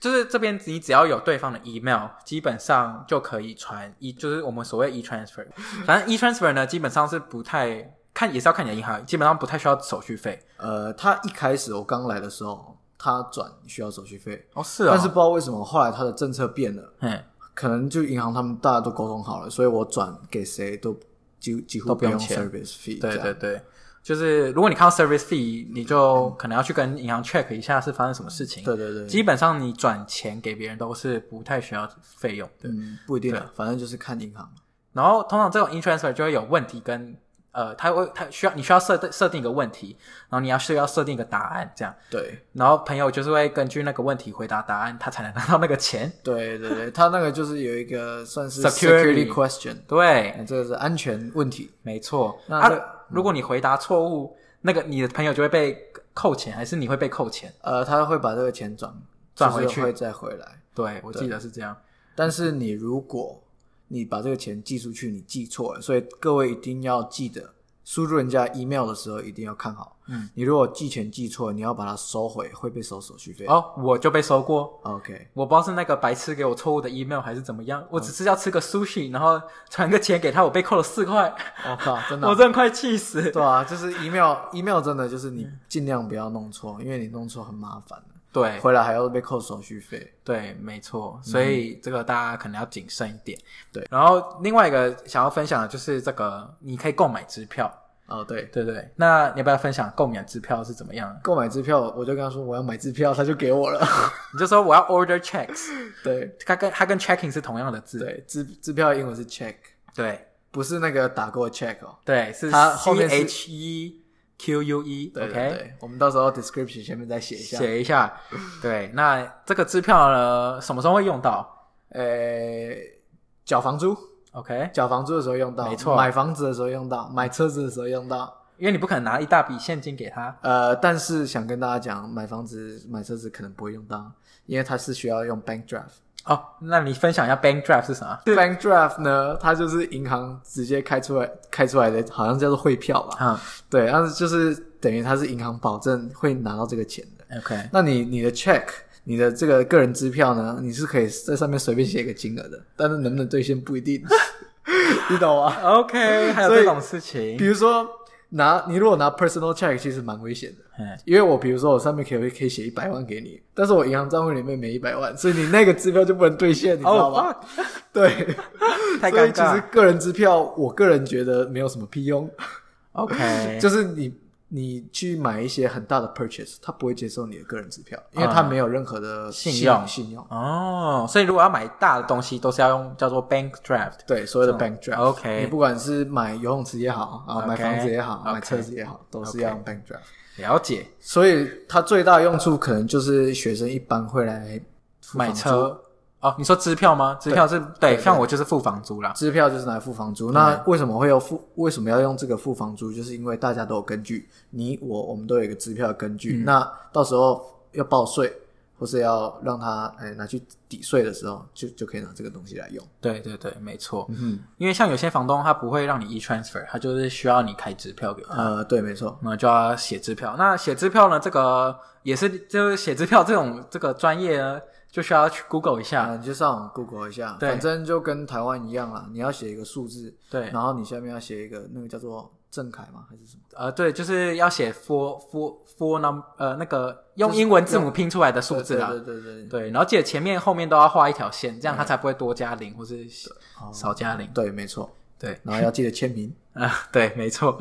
就是这边你只要有对方的 email，基本上就可以传一，就是我们所谓 e transfer。反正 e transfer 呢，基本上是不太看，也是要看你的银行，基本上不太需要手续费。
呃，他一开始我刚来的时候，他转需要手续费，
哦，是啊、
但是不知道为什么后来他的政策变了，
嗯，
可能就银行他们大家都沟通好了，所以我转给谁都几几乎
都不用
用
钱
service fee，
对
这样
对对。就是如果你看到 service fee，你就可能要去跟银行 check 一下是发生什么事情。
对对对
基本上你转钱给别人都是不太需要费用的。
嗯，不一定啊，反正就是看银行。
然后通常这种 in transfer 就会有问题跟呃，它会它需要你需要设定设定一个问题，然后你要需要设定一个答案这样，
对
然后朋友就是会根据那个问题回答答案，他才能拿到那个钱。 [LAUGHS]
对对对，他那个就是有一个算是
Security [LAUGHS]
security question，
对，
嗯这个是安全问题。
没错。
那
啊
这
如果你回答错误，那个你的朋友就会被扣钱，还是你会被扣钱？
呃，他会把这个钱转
转回去
就是会再回来。
对，我记得是这样。
但是你如果你把这个钱寄出去，你寄错了，所以各位一定要记得，输入人家 email 的时候一定要看好。
嗯，
你如果寄钱寄错，你要把它收回，会被收手续费。
哦，我就被收过。
，OK，
我不知道是那个白痴给我错误的 email 还是怎么
嗯
样，我只是要吃个 sushi，然后传个钱给他，我被扣了四块，
[LAUGHS] 我靠，真的啊、
我真的快气死。
对啊，就是 email email 真的就是你尽量不要弄错，因为你弄错很麻烦的，
对，
回来还要被扣手续费。
对，没错，所以这个大家可能要谨慎一点。
嗯对，
然后另外一个想要分享的就是这个，你可以购买支票，
哦，对，
对不对？那你要不要分享购买支票是怎么样？
购买支票，我就跟他说我要买支票，他就给我
[LAUGHS]
了。
你就说我要 order checks， [LAUGHS]
对
它跟它跟 checking 是同样的字，
对，支支票的英文是 check，
对
不是那个打勾的 check 哦。
对，是
它后
C
面是
H E Q U E，
对对对我们到时候 description 前面再写一下。
写一下。对，那这个支票呢，什么时候会用到
呃，缴房租，
？OK，
缴房租的时候用到，
没错
买房子的时候用到，买车子的时候用到。
因为你不可能拿一大笔现金给他，
呃，但是想跟大家讲，买房子、买车子可能不会用到，因为它是需要用 bank draft。
哦，那你分享一下 bank draft 是啥？
bank draft 呢，它就是银行直接开出来开出来的，好像叫做汇票吧？
啊、
对，但是就是等于它是银行保证会拿到这个钱的。
o k
那你你的 check，你的这个个人支票呢，你是可以在上面随便写一个金额的，但是能不能兑现不一
[LAUGHS]
定，你懂吗？
OK，还有 [LAUGHS]
所以
这种事
比
情，
如说拿你如果拿 personal check，其实蛮危险的，
嗯，
因为我比如说我上面可以可以写一百万给你，但是我银行账户里面没一百万，所以你那个支票就不能兑现，你知道吗
哦，
对，
太
所以
尴
其实
尬。
个人支票，我个人觉得没有什么屁用，
OK，
[LAUGHS] 就是你。你去买一些很大的 purchase，他不会接受你的个人支票，因为他没有任何的
啊信用
信用。
哦，所以如果要买大的东西，都是要用叫做 bank draft。
对，所有的 bank draft。
OK
你不管是买游泳池也好啊
OK
买房子也好
OK
买车子也好，都是要用 bank draft。
了解，
所以它最大用处可能就是学生一般会来付
买
房租，
车哦，你说支票吗？支票是对，
对
像我就是付房租啦。
支票就是拿来付房租。那为什么会有付？为什么要用这个付房租？就是因为大家都有根据，你我我们都有一个支票的根据。
嗯
那到时候要报税。或是要让他哎拿去抵税的时候，就就可以拿这个东西来用。
对对对，没错。
嗯，
因为像有些房东他不会让你 e transfer，他就是需要你开支票给他，
呃，对，没错。
那就要写支票。那写支票呢，这个也是就是写支票这种这个专业呢，就需要去 Google 一
啊，
下。
你就上网 Google 一下，
对
反正就跟台湾一样啦。你要写一个数字，
对，
然后你下面要写一个那个叫做正楷吗？还是什么？
呃，对，就是要写 four four four num 呃那个用英文字母拼出来的数字啦
对。对对对对
对，然后记得前面后面都要画一条线，这样它才不会多加零或是少加零。
对，没错。
对
然后要记得签名。
啊， [LAUGHS] 对，没错。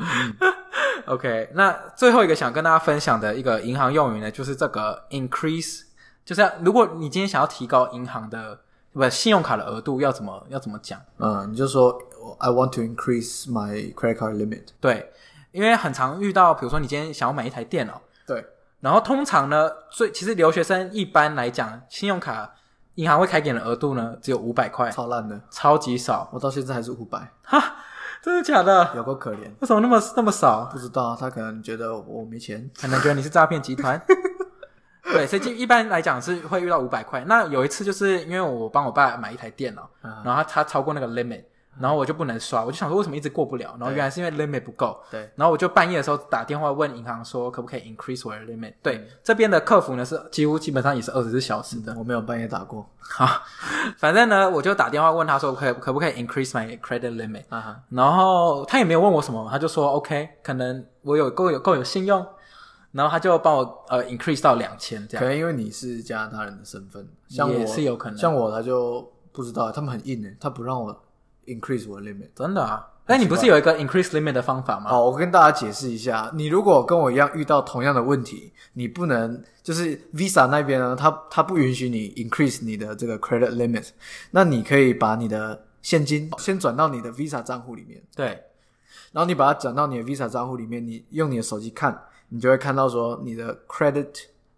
OK，那最后一个想跟大家分享的一个银行用语呢，就是这个 increase，就是要如果你今天想要提高银行的不信用卡的额度，要怎么要怎么讲？
嗯，你就说 I want to increase my credit card limit。
对，因为很常遇到，比如说你今天想要买一台电脑。
对，
然后通常呢，最其实留学生一般来讲，信用卡银行会开给你的额度呢只有五百块，
超烂的，
超级少，
我到现在还是五百，
真的假的？
有够可怜。
为什么那么那么少？
啊不知道他可能觉得我没钱。
可能觉得你是诈骗集团。对，所以就一般来讲是会遇到五百块。那有一次就是因为我帮我爸买一台电脑，
啊
然后他他超过那个 limit，然后我就不能刷，我就想说为什么一直过不了，然后
对
原来是因为 limit 不够。
对，
然后我就半夜的时候打电话问银行说可不可以 increase 我的 limit。对，这边的客服呢是几乎基本上也是二十四小时的。
我没有半夜打过
好， [LAUGHS] 反正呢我就打电话问他说可可不可以 increase my credit limit，
啊哈，
然后他也没有问我什么，他就说 OK，可能我有够有够有信用，然后他就帮我呃 increase 到两千这
可
样。
能因为你是加拿大人的身份，像
也
我
是有可能
像我他就不知道，他们很硬诶，他不让我 increase 我的 limit。
真的啊？但你不是有一个 increase limit 的方法吗？
好，我跟大家解释一下，你如果跟我一样遇到同样的问题，你不能就是 Visa 那边呢，它它不允许你 increase 你的这个 credit limit，那你可以把你的现金先转到你的 Visa 账户里面，
对，
然后你把它转到你的 Visa 账户里面，你用你的手机看，你就会看到说你的 credit、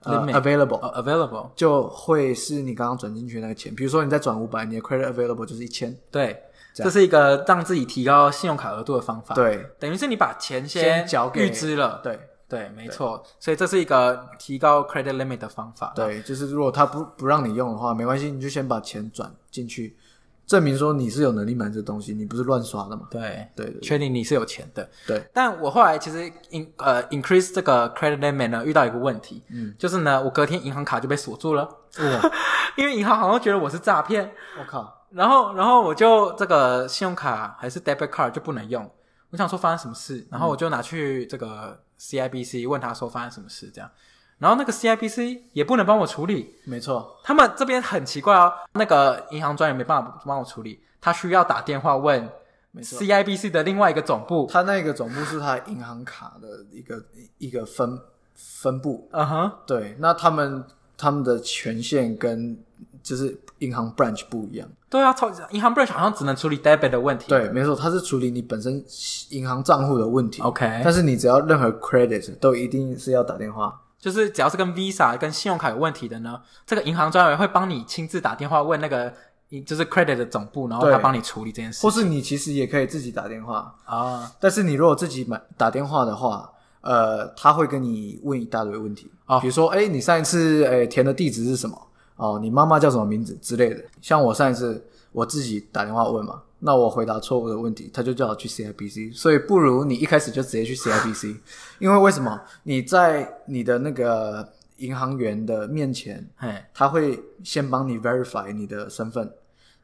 呃
Limit
available
哦 available，
就会是你刚刚转进去的那个钱，比如说你再转五百，你的 credit available 就是一千，
对，这
这样
是一个让自己提高信用卡额度的方法。，
对
等于是你把钱
先交给
预支了。
对
对，没错，所以这是一个提高 credit limit 的方法。
对，就是如果他不不让你用的话，没关系，你就先把钱转进去，证明说你是有能力买这东西，你不是乱刷的嘛。
对
对对
确定你是有钱的。
对，
但我后来其实 in 呃 increase 这个 credit limit 呢，遇到一个问题，嗯，就是呢，我隔天银行卡就被锁住了， [LAUGHS]
哇，
因为银行好像觉得我是诈骗，
我靠，
然后，然后我就这个信用卡还是 debit card 就不能用。我想说发生什么事，然后我就拿去这个 CIBC 问他说发生什么事这样，然后那个 CIBC 也不能帮我处理，
没错，
他们这边很奇怪哦，那个银行专员没办法帮我处理，他需要打电话问
没错
CIBC 的另外一个总部。
他那个总部是他银行卡的一个一个分分部，
嗯哼，
对，那他们他们的权限跟就是银行 branch 不一样，
对啊，超银行 branch 好像只能处理 debit 的问题。
对，没错，它是处理你本身银行账户的问题。
，OK，
但是你只要任何 credit 都一定是要打电话，
就是只要是跟 Visa 跟信用卡有问题的呢，这个银行专员会帮你亲自打电话问那个就是 credit 的总部，然后
对
他帮你处理这件事
或是你其实也可以自己打电话，
啊。
但是你如果自己买打电话的话，呃，他会跟你问一大堆问题
哦
比如说，哎、你上一次哎、填的地址是什么？哦，你妈妈叫什么名字之类的。像我上一次我自己打电话问嘛，那我回答错误的问题，他就叫我去 CIBC，所以不如你一开始就直接去 CIBC，因为为什么？你在你的那个银行员的面前，
哎，
他会先帮你 verify 你的身份，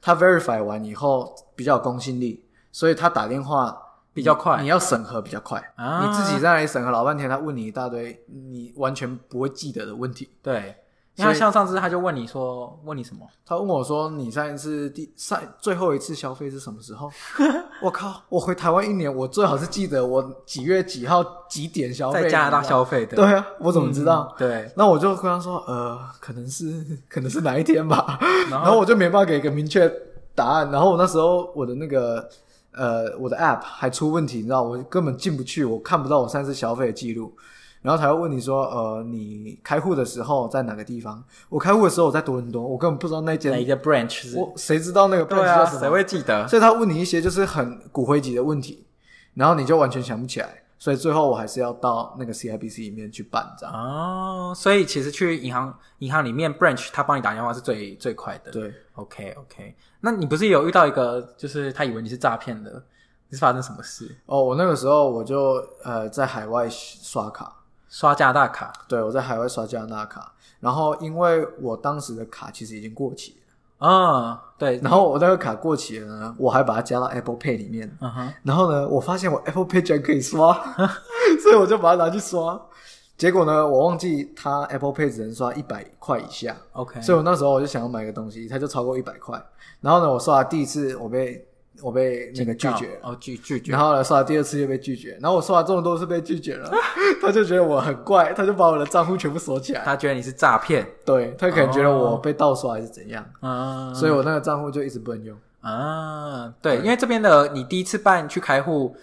他 verify 完以后比较有公信力，所以他打电话
比较快
你要审核比较快。
啊
你自己在那里审核老半天，他问你一大堆你完全不会记得的问题。
对，
所
因
以
为像上次他就问你说，问你什么？
他问我说：“你上一次第上最后一次消费是什么时候？” [LAUGHS] 我靠！我回台湾一年，我最好是记得我几月几号几点消费。
在加拿大
你知道
消
吗
费的，
对啊，我怎么知道？
嗯对，
那我就跟他说，呃，可能是可能是哪一天吧，
然
然
后
后我就没办法给一个明确答案。然后我那时候我的那个呃我的 app 还出问题，你知道，我根本进不去，我看不到我上次消费的记录。然后才会问你说，呃，你开户的时候在哪个地方？我开户的时候我在多伦多，我根本不知道那
哪一
间，
个 branch 是？
我谁知道那个 branch
对
叫
啊，
什么？
谁会记得？
所以他问你一些就是很骨灰级的问题，然后你就完全想不起来。所以最后我还是要到那个 CIBC 里面去办，这样。
哦，所以其实去银行银行里面 branch，他帮你打电话是最最快的。
对，
，OK OK。那你不是有遇到一个，就是他以为你是诈骗的，是发生什么事？
哦，我那个时候我就呃在海外刷卡，
刷加拿大卡？
对我在海外刷加拿大卡，然后因为我当时的卡其实已经过期了，
嗯，对，
然后我那个卡过期了呢，我还把它加到 Apple Pay 里面，
嗯哼，
然后呢，我发现我 Apple Pay 居然可以刷， [LAUGHS] 所以我就把它拿去刷，结果呢，我忘记它 Apple Pay 只能刷一百块以下，
，OK，
所以我那时候我就想要买个东西，它就超过一百块，然后呢，我刷了第一次我被我被那个拒绝了。
哦，拒拒绝，
然后呢，刷了第二次又被拒绝，然后我刷了这么多次被拒绝了，他就觉得我很怪，他就把我的账户全部锁起来。
他觉得你是诈骗，
对他可能觉得我被盗刷还是怎样，
嗯，
所以我那个账户就一直不能用。
啊，对，因为这边的你第一次办去开户，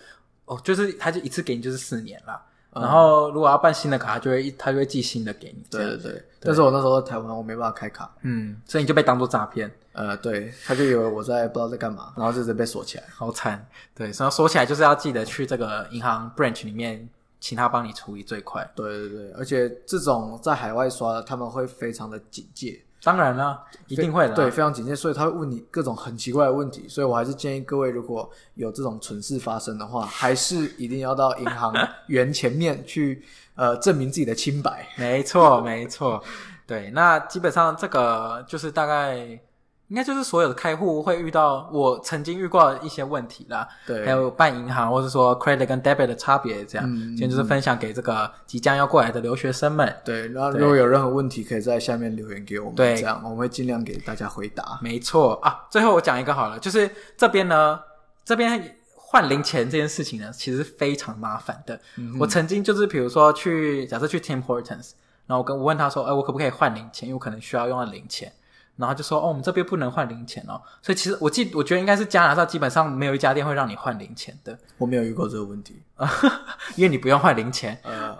哦，就是他就一次给你就是四年啦，
嗯
然后如果要办新的卡，他就会他就会寄新的给你，这样，
对，但是我那时候在台湾我没办法开卡，
嗯，所以你就被当做诈骗，
呃，对，他就以为我在不知道在干嘛，然后就直接被锁起来。
好惨，对，所以说起来就是要记得去这个银行 branch 里面请他帮你处理最快。
对对对，而且这种在海外刷的，他们会非常的警戒，
当然啦，一定会的啊、
对，非常警戒，所以他会问你各种很奇怪的问题，所以我还是建议各位，如果有这种蠢事发生的话，还是一定要到银行 [LAUGHS] 员前面去，呃，证明自己的清白。
[LAUGHS] 没错，没错，对。那基本上这个就是大概，应该就是所有的开户会遇到我曾经遇过的一些问题啦，
对，
还有办银行或者说 credit 跟 debit 的差别这样。今
嗯
天就是分享给这个即将要过来的留学生们。
对，然后
对
如果有任何问题，可以在下面留言给我们，
对
这样我们会尽量给大家回答。
没错啊，最后我讲一个好了，就是这边呢，这边换零钱这件事情呢，其实非常麻烦的。我曾经就是比如说去，假设去 Tim Hortons，然后我跟我问他说，哎，我可不可以换零钱？因为我可能需要用到零钱。然后他就说，哦，我们这边不能换零钱哦。所以其实我记，我觉得应该是加拿大基本上没有一家店会让你换零钱的，
我没有遇过这个问题，
因为你不用换零钱。
呃，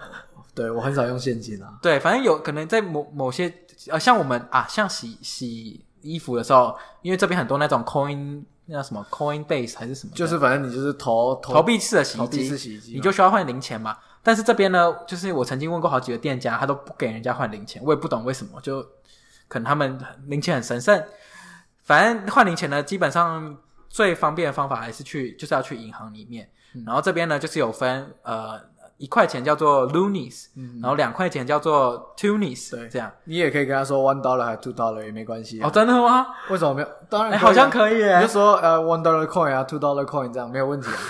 对我很少用现金啊，
对，反正有可能在某某些呃，像我们啊，像洗洗衣服的时候，因为这边很多那种 coin 那叫什么 Coinbase 还是什么的，
就是反正你就是投投
投币式的洗衣
投币
机，
式洗衣机嘛，
你就需要换零钱嘛。但是这边呢，就是我曾经问过好几个店家，他都不给人家换零钱，我也不懂为什么，就可能他们零钱很神圣。反正换零钱呢，基本上最方便的方法还是去，就是要去银行里面。
嗯
然后这边呢，就是有分呃一块钱叫做 loonies，、然后两块钱叫做 tunies，
嗯对
这样。
你也可以跟他说 one dollar 还 two dollar 也没关系、啊
哦，，真的吗？
为什么没有？当然、
哎，好像可以
以啊，
耶
你就。说呃 one dollar coin 啊 two dollar coin 这样没有问题、
[LAUGHS]
啊。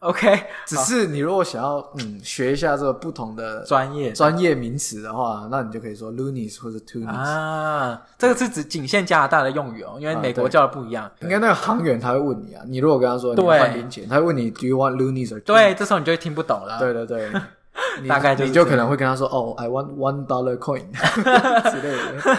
OK，
[LAUGHS] 只是你如果想要嗯学一下这个不同的
专业
专业名词的话，那你就可以说 loonies 或者 toonies。
啊，这个是指仅限加拿大的用语哦，因为
啊
美国
对
叫的不一样。
应该那个行员他会问你啊，你如果跟他说你要
对
换零钱，他会问你 Do you want loonies or？
对，这时候你就会听不懂了。
[LAUGHS] 对对
[LAUGHS]
对，你
大概就是
你就
这样
可能会跟他说哦，I want one dollar
[LAUGHS]
coin 之类的。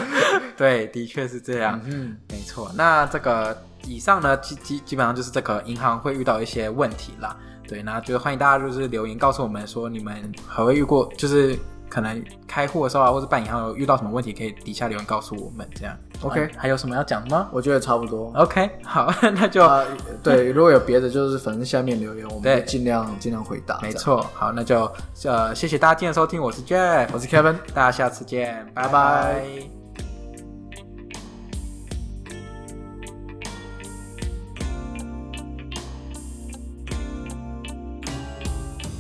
对，啊的确是这样，
嗯，
没错。那这个以上呢，基基基本上就是这个银行会遇到一些问题啦。对，那就是欢迎大家就是留言告诉我们说你们还会遇过，就是可能开户的时候啊，或者办银行有遇到什么问题，可以底下留言告诉我们这样。
OK
啊还有什么要讲的吗
我觉得差不多。
？OK，好， [LAUGHS] 那就、
啊，对，如果有别的，就是反正下面留言，我们
对
会尽量尽量回答。
没
这样，
错，好，那就呃，谢谢大家今天的收听，我是 Jeff，
我是 Kevin。
大家下次见，拜
拜
拜